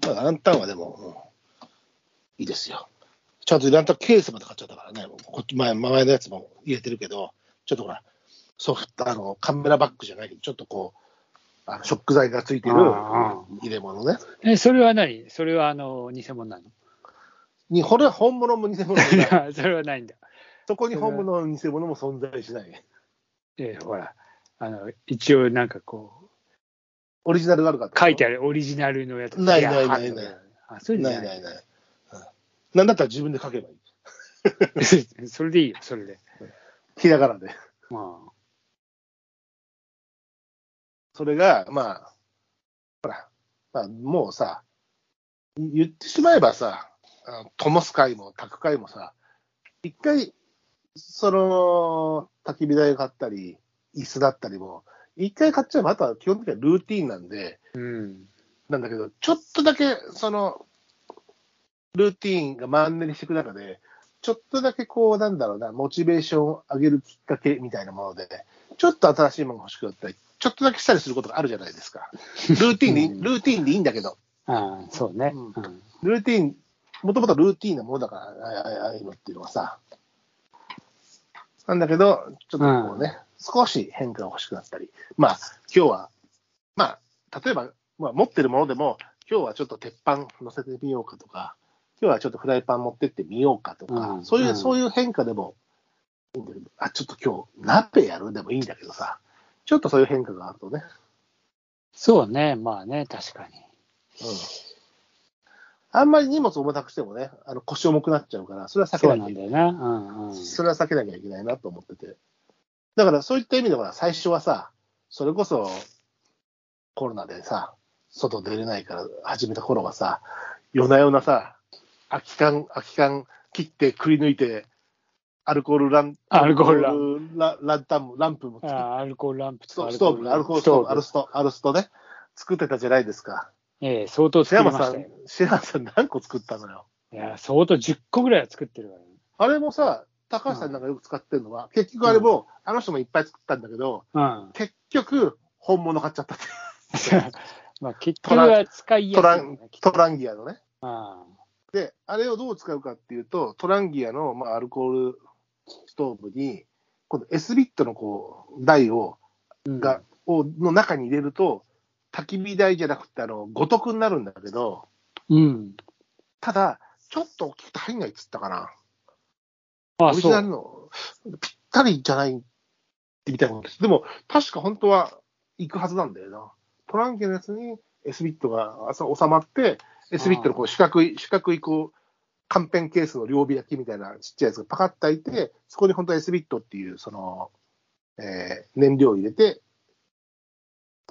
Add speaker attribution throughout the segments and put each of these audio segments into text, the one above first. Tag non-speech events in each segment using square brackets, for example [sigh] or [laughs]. Speaker 1: だあんたんはでも、うんいいですよ。ちゃんとランタンケースまで買っちゃったからね、こっち前前のやつも入れてるけど、ちょっとほら、ソフトあのカメラバッグじゃないけど、ちょっとこう、あの食材がついてる
Speaker 2: あ
Speaker 1: 入れ物ね。
Speaker 2: え、それは何それはあの、偽物なの
Speaker 1: にこれは本物も偽
Speaker 2: [laughs]
Speaker 1: 物もないい。 [laughs]
Speaker 2: や、それはないんだ。
Speaker 1: そこに本物も偽物も存在しない。
Speaker 2: えほら、あの、一応なんかこ
Speaker 1: オリジナルがあるか
Speaker 2: う、書いて
Speaker 1: あ
Speaker 2: あるオリジナルのやつ。
Speaker 1: ないない
Speaker 2: や
Speaker 1: ないない。
Speaker 2: あ、そういうの
Speaker 1: な
Speaker 2: じゃ
Speaker 1: い
Speaker 2: な。
Speaker 1: ないいない。うんなんだったら自分で書けばいい。
Speaker 2: [laughs] それでいいよ、それで。
Speaker 1: ひらがなで。
Speaker 2: まあ、
Speaker 1: それが、まあ、ほら、まあ、もうさ、い言ってしまえばさ、あの友ス会も宅会もさ、一回、その、焚き火台を買ったり、椅子だったりも、一回買っちゃえば、あとは基本的にはルーティーンなんで、
Speaker 2: うん。
Speaker 1: なんだけど、ちょっとだけ、その、ルーティーンがマンネリしていく中で、ちょっとだけこう、なんだろうな、モチベーションを上げるきっかけみたいなもので、ちょっと新しいものが欲しくなったり、ちょっとだけしたりすることがあるじゃないですか。ルーティーンでいい、
Speaker 2: うん
Speaker 1: ルーティーンでいいんだけど、
Speaker 2: ああ、そうね。
Speaker 1: うん
Speaker 2: うん
Speaker 1: ルーティーン、もともとルーティーンなものだから、あああああいうのっていうのはさ。なんだけど、ちょっとこうね、少し変化が欲しくなったり、まあ、今日は、まあ、例えば、まあ、持ってるものでも、今日はちょっと鉄板乗せてみようかとか、今日はちょっとフライパン持ってってみようかとか、
Speaker 2: うん
Speaker 1: そういう、
Speaker 2: うん
Speaker 1: そういう変化でもいいんだけど、あ、ちょっと今日鍋やるでもいいんだけどさ、ちょっとそういう変化があるとね、
Speaker 2: そうね、まあね、確かに。
Speaker 1: うんあんまり荷物重たくしてもね、あの腰重くなっちゃうから、それは避け
Speaker 2: そ
Speaker 1: な
Speaker 2: うない
Speaker 1: きゃ
Speaker 2: ん
Speaker 1: け
Speaker 2: だ
Speaker 1: ない。
Speaker 2: よな。うんうん。
Speaker 1: それは避けなきゃいけないなと思ってて。だからそういった意味では、最初はさ、それこそコロナでさ、外出れないから始めた頃はさ、夜な夜なさ、空き缶、空き缶切ってくり抜いて、アルコールラン、
Speaker 2: アルコールラン
Speaker 1: ンラランタンも、ランプも
Speaker 2: あ
Speaker 1: 作って、
Speaker 2: あアルコールランプ
Speaker 1: ス
Speaker 2: と
Speaker 1: ト
Speaker 2: か
Speaker 1: ストーブ、アルコールストーブ、アルスト、アルストね、作ってたじゃないですか。
Speaker 2: ええ相当作
Speaker 1: 白
Speaker 2: りまし
Speaker 1: 山さ
Speaker 2: た
Speaker 1: ん
Speaker 2: よ。、
Speaker 1: 白山さん何個作ったのよ。
Speaker 2: いや、相当10個ぐらいは作ってるわよ。
Speaker 1: あれもさ、高橋さんなんかよく使ってるのは、結局あれも、あの人もいっぱい作ったんだけど、
Speaker 2: うん。
Speaker 1: 結局、本物買っちゃったって。
Speaker 2: まあ、結局は使いや
Speaker 1: ト
Speaker 2: すい
Speaker 1: ラ
Speaker 2: よね
Speaker 1: ン、トランギアのね。
Speaker 2: あ
Speaker 1: で、あれをどう使うかっていうと、トランギアの、まあ、アルコールストーブに、この S ビットのこう、台を、
Speaker 2: あうん
Speaker 1: が、を、の中に入れると、焚き火台じゃなくて、あの、五徳になるんだけど、
Speaker 2: うん。
Speaker 1: ただ、ちょっと大きくて入んないっつったかな。
Speaker 2: あ
Speaker 1: オリジ
Speaker 2: そ
Speaker 1: ナル
Speaker 2: う。
Speaker 1: のぴったりじゃないみたいなことです。でも、確か本当は行くはずなんだよな。トランケのやつに S ビットが朝収まって、S ビットのこう四角い、四角いこう、カンペンケースの両開きみたいなちっちゃいやつがパカッと開いて、そこに本当は S ビットっていう、その、えー燃料を入れて、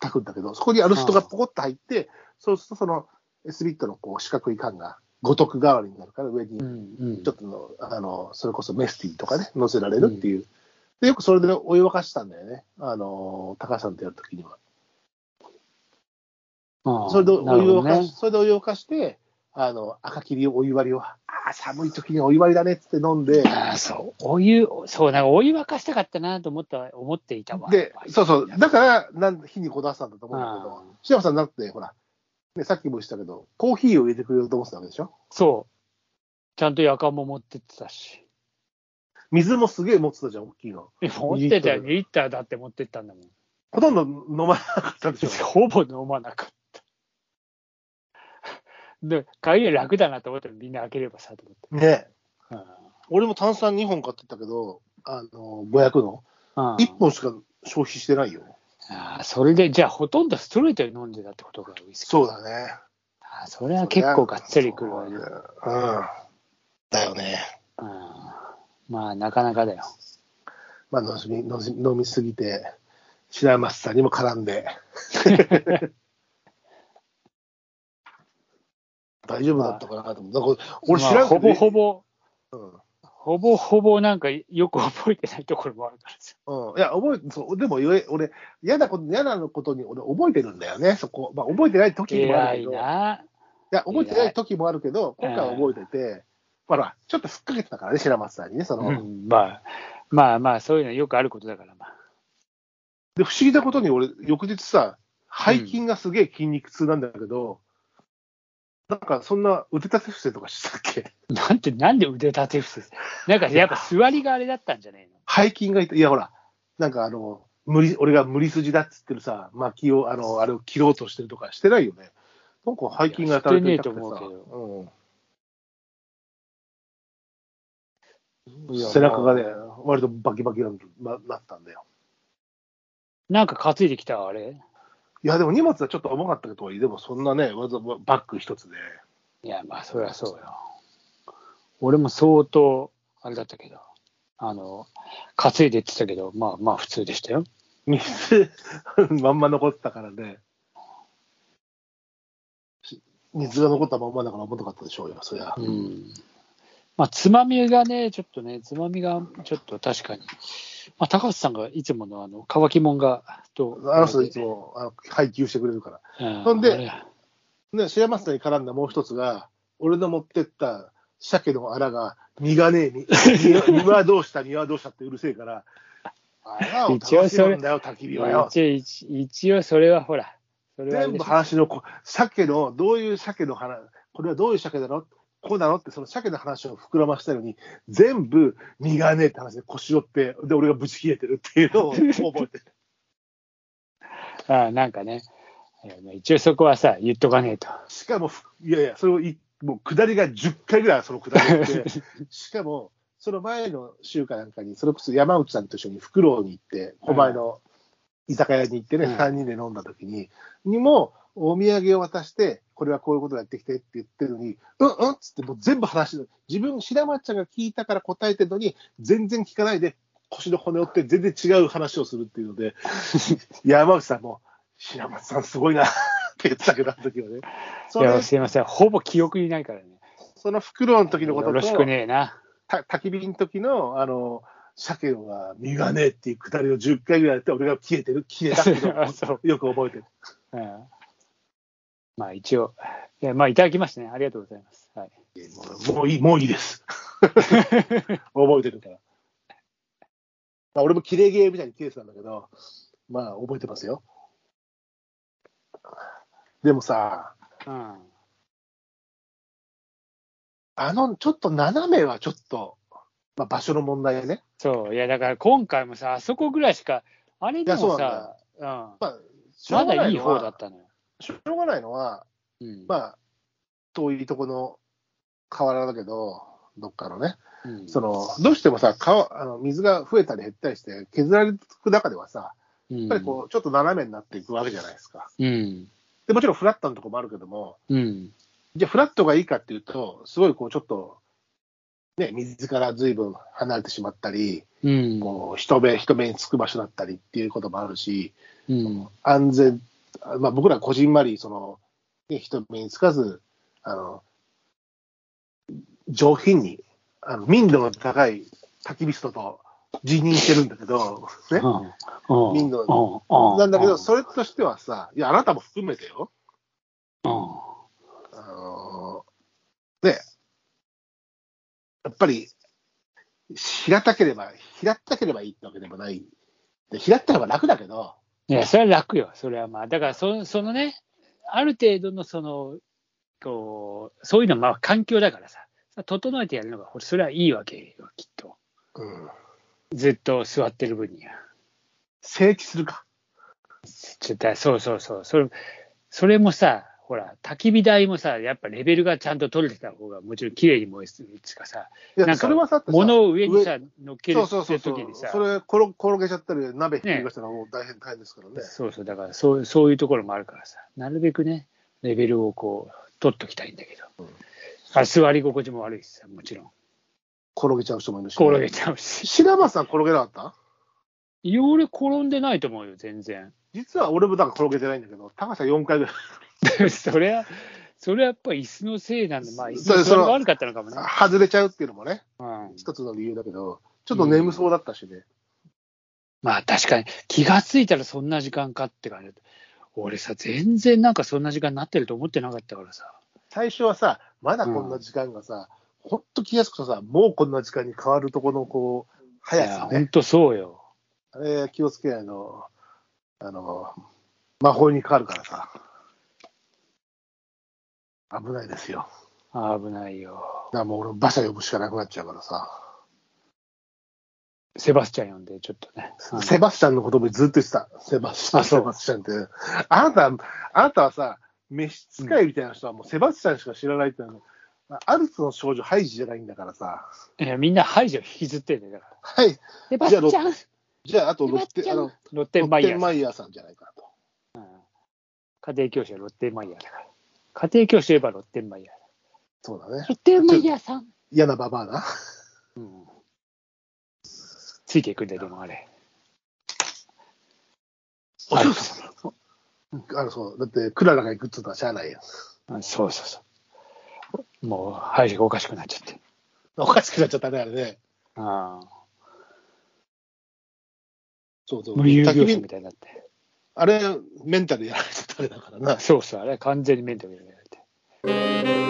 Speaker 1: 炊くんだけど、そこにアルストがポコッと入って、そうするとその S ビットのこう四角い缶が五徳代わりになるから上に
Speaker 2: うんうん
Speaker 1: ちょっとの、あの、それこそメスティとかね、載せられるっていう。で、よくそれでお湯沸かしたんだよね。あの、高橋さんとやるときには。
Speaker 2: ああ
Speaker 1: それで
Speaker 2: な
Speaker 1: お
Speaker 2: る
Speaker 1: 湯
Speaker 2: ほ
Speaker 1: を
Speaker 2: ど
Speaker 1: 沸か
Speaker 2: ね
Speaker 1: し、それでお湯を沸かして、あの、赤切りお湯割りを、ああ、寒いときにお湯割りだねっつって飲んで、
Speaker 2: ああ、そう。お湯、そう、なんかお湯沸かしたかったなと思った、思っていたわ。
Speaker 1: で、そうそう、だから、なん火にこだわってたんだと思うんだけど
Speaker 2: うん、
Speaker 1: 白山さんだって、ほら、ね、さっきも言ったけど、コーヒーを入れてくれると思ってたわけでしょ
Speaker 2: そう。ちゃんとやかんも持ってってたし。
Speaker 1: 水もすげえ持ってたじゃん、大きいの。
Speaker 2: え持ってたよ、2リッターだって持ってったんだもん。
Speaker 1: ほとんど飲まなかったで
Speaker 2: [laughs]
Speaker 1: しょ
Speaker 2: ほぼ飲まなかった。 [laughs] で、帰り楽だなと思って、みんな開ければさと思って。
Speaker 1: ねえ
Speaker 2: うん
Speaker 1: 俺も炭酸2本買ってったけど、あの、500の。
Speaker 2: あ
Speaker 1: 1本しか消費してないよ。
Speaker 2: あそれで、じゃあ、ほとんどストレートに飲んでたってことがウイスキー
Speaker 1: そうだね。
Speaker 2: ああそれは結構がっつりくるわ
Speaker 1: う
Speaker 2: ね
Speaker 1: ん。。だよね。
Speaker 2: ああまあ、なかなかだよ。
Speaker 1: まあ、飲み飲み飲みすぎて、白松さんにも絡ん [laughs] で。大丈夫だったかなと思う。なんか俺知らん
Speaker 2: まあほ
Speaker 1: けど、
Speaker 2: ぼほぼ、
Speaker 1: うん
Speaker 2: ほぼほぼなんかよく覚えてないところもあるから
Speaker 1: [laughs]
Speaker 2: さ。
Speaker 1: うん、いや、覚えて、そう、でも、ゆえ俺、嫌なこと、嫌なことに、俺、覚えてるんだよね、そこ。まあ、覚えてない時も
Speaker 2: 偉
Speaker 1: あるけ
Speaker 2: い
Speaker 1: ど。
Speaker 2: な。
Speaker 1: いや、覚えてない時もあるけど、今回は覚えてて、ほら、ちょっとふっかけてたからね、白松さんにね、その、
Speaker 2: うんまあ、まあまあ、そういうのはよくあることだから、まあ。 [laughs]
Speaker 1: で、不思議なことに俺、翌日さ、背筋がすげえ筋肉痛なんだけど、なんかそんな腕立て伏せとかしてたっけ
Speaker 2: なんて、なんで腕立て伏せなんかやっぱ座りがあれだったんじゃねえの
Speaker 1: 背筋が痛い。いや、ほら、なんかあの、無理、俺が無理筋だっつってるさ、巻きを、あの、あれを切ろうとしてるとかしてないよね。なんか背筋がやたらと痛くて
Speaker 2: いやしてねえと
Speaker 1: うん背中がね、割とバキバキなんななったんだよ。
Speaker 2: なんか担いできたあれ
Speaker 1: いや、でも荷物はちょっと重かったけど、でもそんなね、わざわざバッグ一つで。
Speaker 2: いや、まあ、そりゃそうよ。俺も相当、あれだったけど、あの、担いでって言ったけど、まあまあ、普通でしたよ。
Speaker 1: 水、 [laughs] まんま残ってたからね。し水が残ったまんまだから重たかったでしょうよ、そりゃ。
Speaker 2: うん。まあ、つまみがね、ちょっとね、つまみがちょっと確かに。まあ、高橋さんがいつものあの、乾きもんが、と、
Speaker 1: あの人いつもあの配給してくれるから。
Speaker 2: う
Speaker 1: ほんで
Speaker 2: あれ
Speaker 1: ね、シェアマスターに絡んだもう一つが、俺の持ってった鮭のアラが、身がねえ、身身はどうした、身はどうしたってうるせえから、あらを
Speaker 2: 一応
Speaker 1: 楽し
Speaker 2: それ
Speaker 1: むんだよ、焚き火はよ。
Speaker 2: 一応一一応それはほら、それはあれ
Speaker 1: 全
Speaker 2: で
Speaker 1: 部
Speaker 2: す
Speaker 1: 話のこ、鮭の、どういう鮭の話、これはどういう鮭だろこうなのって、その鮭の話を膨らましたのに、全部、身がねえって話で腰折って、で、俺がブチ切れてるっていうのを覚えてる。
Speaker 2: ああなんかね、えーまあ一応そこはさ、言っとかねえと。
Speaker 1: しかも、ふいやいや、それをい、もう下りが10回ぐらいその下
Speaker 2: [laughs]
Speaker 1: りがあって、しかも、その前の週かなんかに、それこそ山内さんと一緒にフクロウに行って、狛江の居酒屋に行ってね、
Speaker 2: うん
Speaker 1: 3人で飲んだ時に、にも、お土産を渡して、これはこういうことやってきてって言ってるのに、うんうんっつって、もう全部話してる、自分、白松ちゃんが聞いたから答えてるのに、全然聞かないで、腰の骨折って、全然違う話をするっていうので、山内さんも、白松さんすごいなって言ってたけど、あの時はね。
Speaker 2: い
Speaker 1: それ
Speaker 2: や、すいません、ほぼ記憶にないからね。
Speaker 1: そのフクロウの時の
Speaker 2: よ
Speaker 1: こと
Speaker 2: ろしく
Speaker 1: と、
Speaker 2: ねえ
Speaker 1: [laughs]
Speaker 2: な。
Speaker 1: た焚き火の時の、あの、鮭は身がねえっていうくだりを10回ぐらいやって、俺が消えてる、消えたけ
Speaker 2: [laughs] あそ
Speaker 1: ど、よく覚えてる。
Speaker 2: うんまあ一応、いやまあいただきましたね。ありがとうございます。はい、
Speaker 1: もういい、もういいです。 [laughs] 覚えてるから。まあ、俺も綺麗ゲーみたいに切れてたんだけど、まあ、覚えてますよ。でもさ、
Speaker 2: うん、
Speaker 1: あの、ちょっと斜めはちょっと、まあ、場所の問題ね。
Speaker 2: そう、いやだから今回もさ、あそこぐらいしか、あれで
Speaker 1: いやそ
Speaker 2: も
Speaker 1: うなん
Speaker 2: さ、うん、ま
Speaker 1: まあ、しょうがな
Speaker 2: だいい
Speaker 1: のは
Speaker 2: 方だったのよ。
Speaker 1: しょうがないのは、
Speaker 2: うん
Speaker 1: まあ、遠いとこの河原だけど、どっかのね、
Speaker 2: うん
Speaker 1: そのどうしてもさ川あの、水が増えたり減ったりして、削られていく中ではさ、やっぱりこう、ちょっと斜めになっていくわけじゃないですか。
Speaker 2: うん、
Speaker 1: でもちろんフラットのとこもあるけども、
Speaker 2: うん、
Speaker 1: じゃあフラットがいいかっていうと、すごいこう、ちょっと、ね、水からずいぶん離れてしまったり、
Speaker 2: うん、
Speaker 1: こう人目、人目につく場所だったりっていうこともあるし、
Speaker 2: うん、
Speaker 1: 安全、あまあ、僕らこじんまりその、ね、人目につかず、あの上品にあの、民度の高い焚き火ストと辞任してるんだけど、ね、
Speaker 2: うん、
Speaker 1: 民度
Speaker 2: うん、
Speaker 1: なんだけ
Speaker 2: う
Speaker 1: ど、
Speaker 2: ん
Speaker 1: それとしてはさ、いや、あなたも含めてよ、
Speaker 2: うん
Speaker 1: あのね、やっぱり、平たければ、平たければいいってわけでもない。で平ったれば楽だけど、
Speaker 2: いや、それは楽よ、それはまあ、だからそ、そのね、ある程度のその、こう、そういうのはまあ環境だからさ、整えてやるのが、ほらそれはいいわけよ、きっと。
Speaker 1: うん、
Speaker 2: ずっと座ってる分には。
Speaker 1: 正規するか。
Speaker 2: 絶対、そうそうそう、それ、それもさ、ほら、焚き火台もさ、やっぱレベルがちゃんと取れてた方が、もちろん綺麗に燃えするつうかさ、
Speaker 1: いや
Speaker 2: なんか
Speaker 1: それはさだってさ
Speaker 2: 物を上にさ、乗っける
Speaker 1: そう
Speaker 2: って
Speaker 1: そうそうそう
Speaker 2: 時にさ、
Speaker 1: それ転転げちゃったり、鍋ひっくり返したらもう大変大変ですからね。
Speaker 2: そうそう、だからそうそういうところもあるからさ、なるべくね、レベルをこう、取っときたいんだけど、あ座り心地も悪いしさ、もちろん、
Speaker 1: 転げちゃう人もいるし、
Speaker 2: 転げちゃうし、
Speaker 1: 白松さん転げなかった
Speaker 2: いや俺、転んでないと思うよ、全然。 [laughs]
Speaker 1: 実は俺もなんか転げてないんだけど、高橋は4回ぐらい。
Speaker 2: それは、それはやっぱり椅子のせいなんで、まあ、椅子
Speaker 1: そ
Speaker 2: の座り
Speaker 1: うそ
Speaker 2: が
Speaker 1: の
Speaker 2: 悪かったのかもね。
Speaker 1: 外れちゃうっていうのもね、
Speaker 2: うん
Speaker 1: 一つの理由だけど、ちょっと眠そうだったしね。
Speaker 2: まあ確かに気がついたらそんな時間かって感じだった俺さ全然なんかそんな時間になってると思ってなかったからさ
Speaker 1: 最初はさ、まだこんな時間がさ、ほんと気がつくとさ、もうこんな時間に変わるとこのこう、
Speaker 2: い
Speaker 1: 速
Speaker 2: や
Speaker 1: さ
Speaker 2: 本
Speaker 1: ね。
Speaker 2: 当そうよ
Speaker 1: あれ気をつけないの、あの、魔法にかかるからさ。危ないですよ。
Speaker 2: 危ないよ
Speaker 1: だ。からもう俺、馬車呼ぶしかなくなっちゃうからさ。
Speaker 2: セバスチャン呼んで、ちょっと [laughs] ね。あの
Speaker 1: セバスチャンのこともずっと言ってた。セバスチャン、
Speaker 2: あそう
Speaker 1: セバスチャンって。あなた、あなたはさ、召使いみたいな人はもうセバスチャンしか知らないってのは、アルツの少女ハイジじゃないんだからさ。
Speaker 2: いやみんな排除引きずってんだよだから。
Speaker 1: はい。
Speaker 2: セバスチャン
Speaker 1: じゃあ、あとロッ
Speaker 2: セバスチャ
Speaker 1: テ、あ
Speaker 2: ン
Speaker 1: の、
Speaker 2: ロッ
Speaker 1: ロ
Speaker 2: テンマ
Speaker 1: ッ
Speaker 2: イ
Speaker 1: テ
Speaker 2: ヤ
Speaker 1: ン
Speaker 2: ー。
Speaker 1: マイヤーさんじゃないかなと。
Speaker 2: 家庭教師はロッテンマイヤーだから。家庭教師といえばロッテンマイヤー。
Speaker 1: そうだね。
Speaker 2: ロッテン
Speaker 1: マイヤ
Speaker 2: ーさん。
Speaker 1: 嫌なババアな。
Speaker 2: うん。ついていくんだよ、でもあれ。
Speaker 1: お嬢様。あの、そう。だって、クララが行くっつうのはしゃあないやん。
Speaker 2: うんそうそうそう。もう、排除がおかしくなっちゃって。
Speaker 1: おかしくなっちゃったね、あれね。
Speaker 2: あ
Speaker 1: そうそ
Speaker 2: あ。
Speaker 1: う。
Speaker 2: 無遊
Speaker 1: 焚
Speaker 2: 病
Speaker 1: き
Speaker 2: 者
Speaker 1: 火
Speaker 2: みたいになって。
Speaker 1: あれ、メンタルやられてたあれだからな。
Speaker 2: そうそう、あれは完全にメンタルやられて。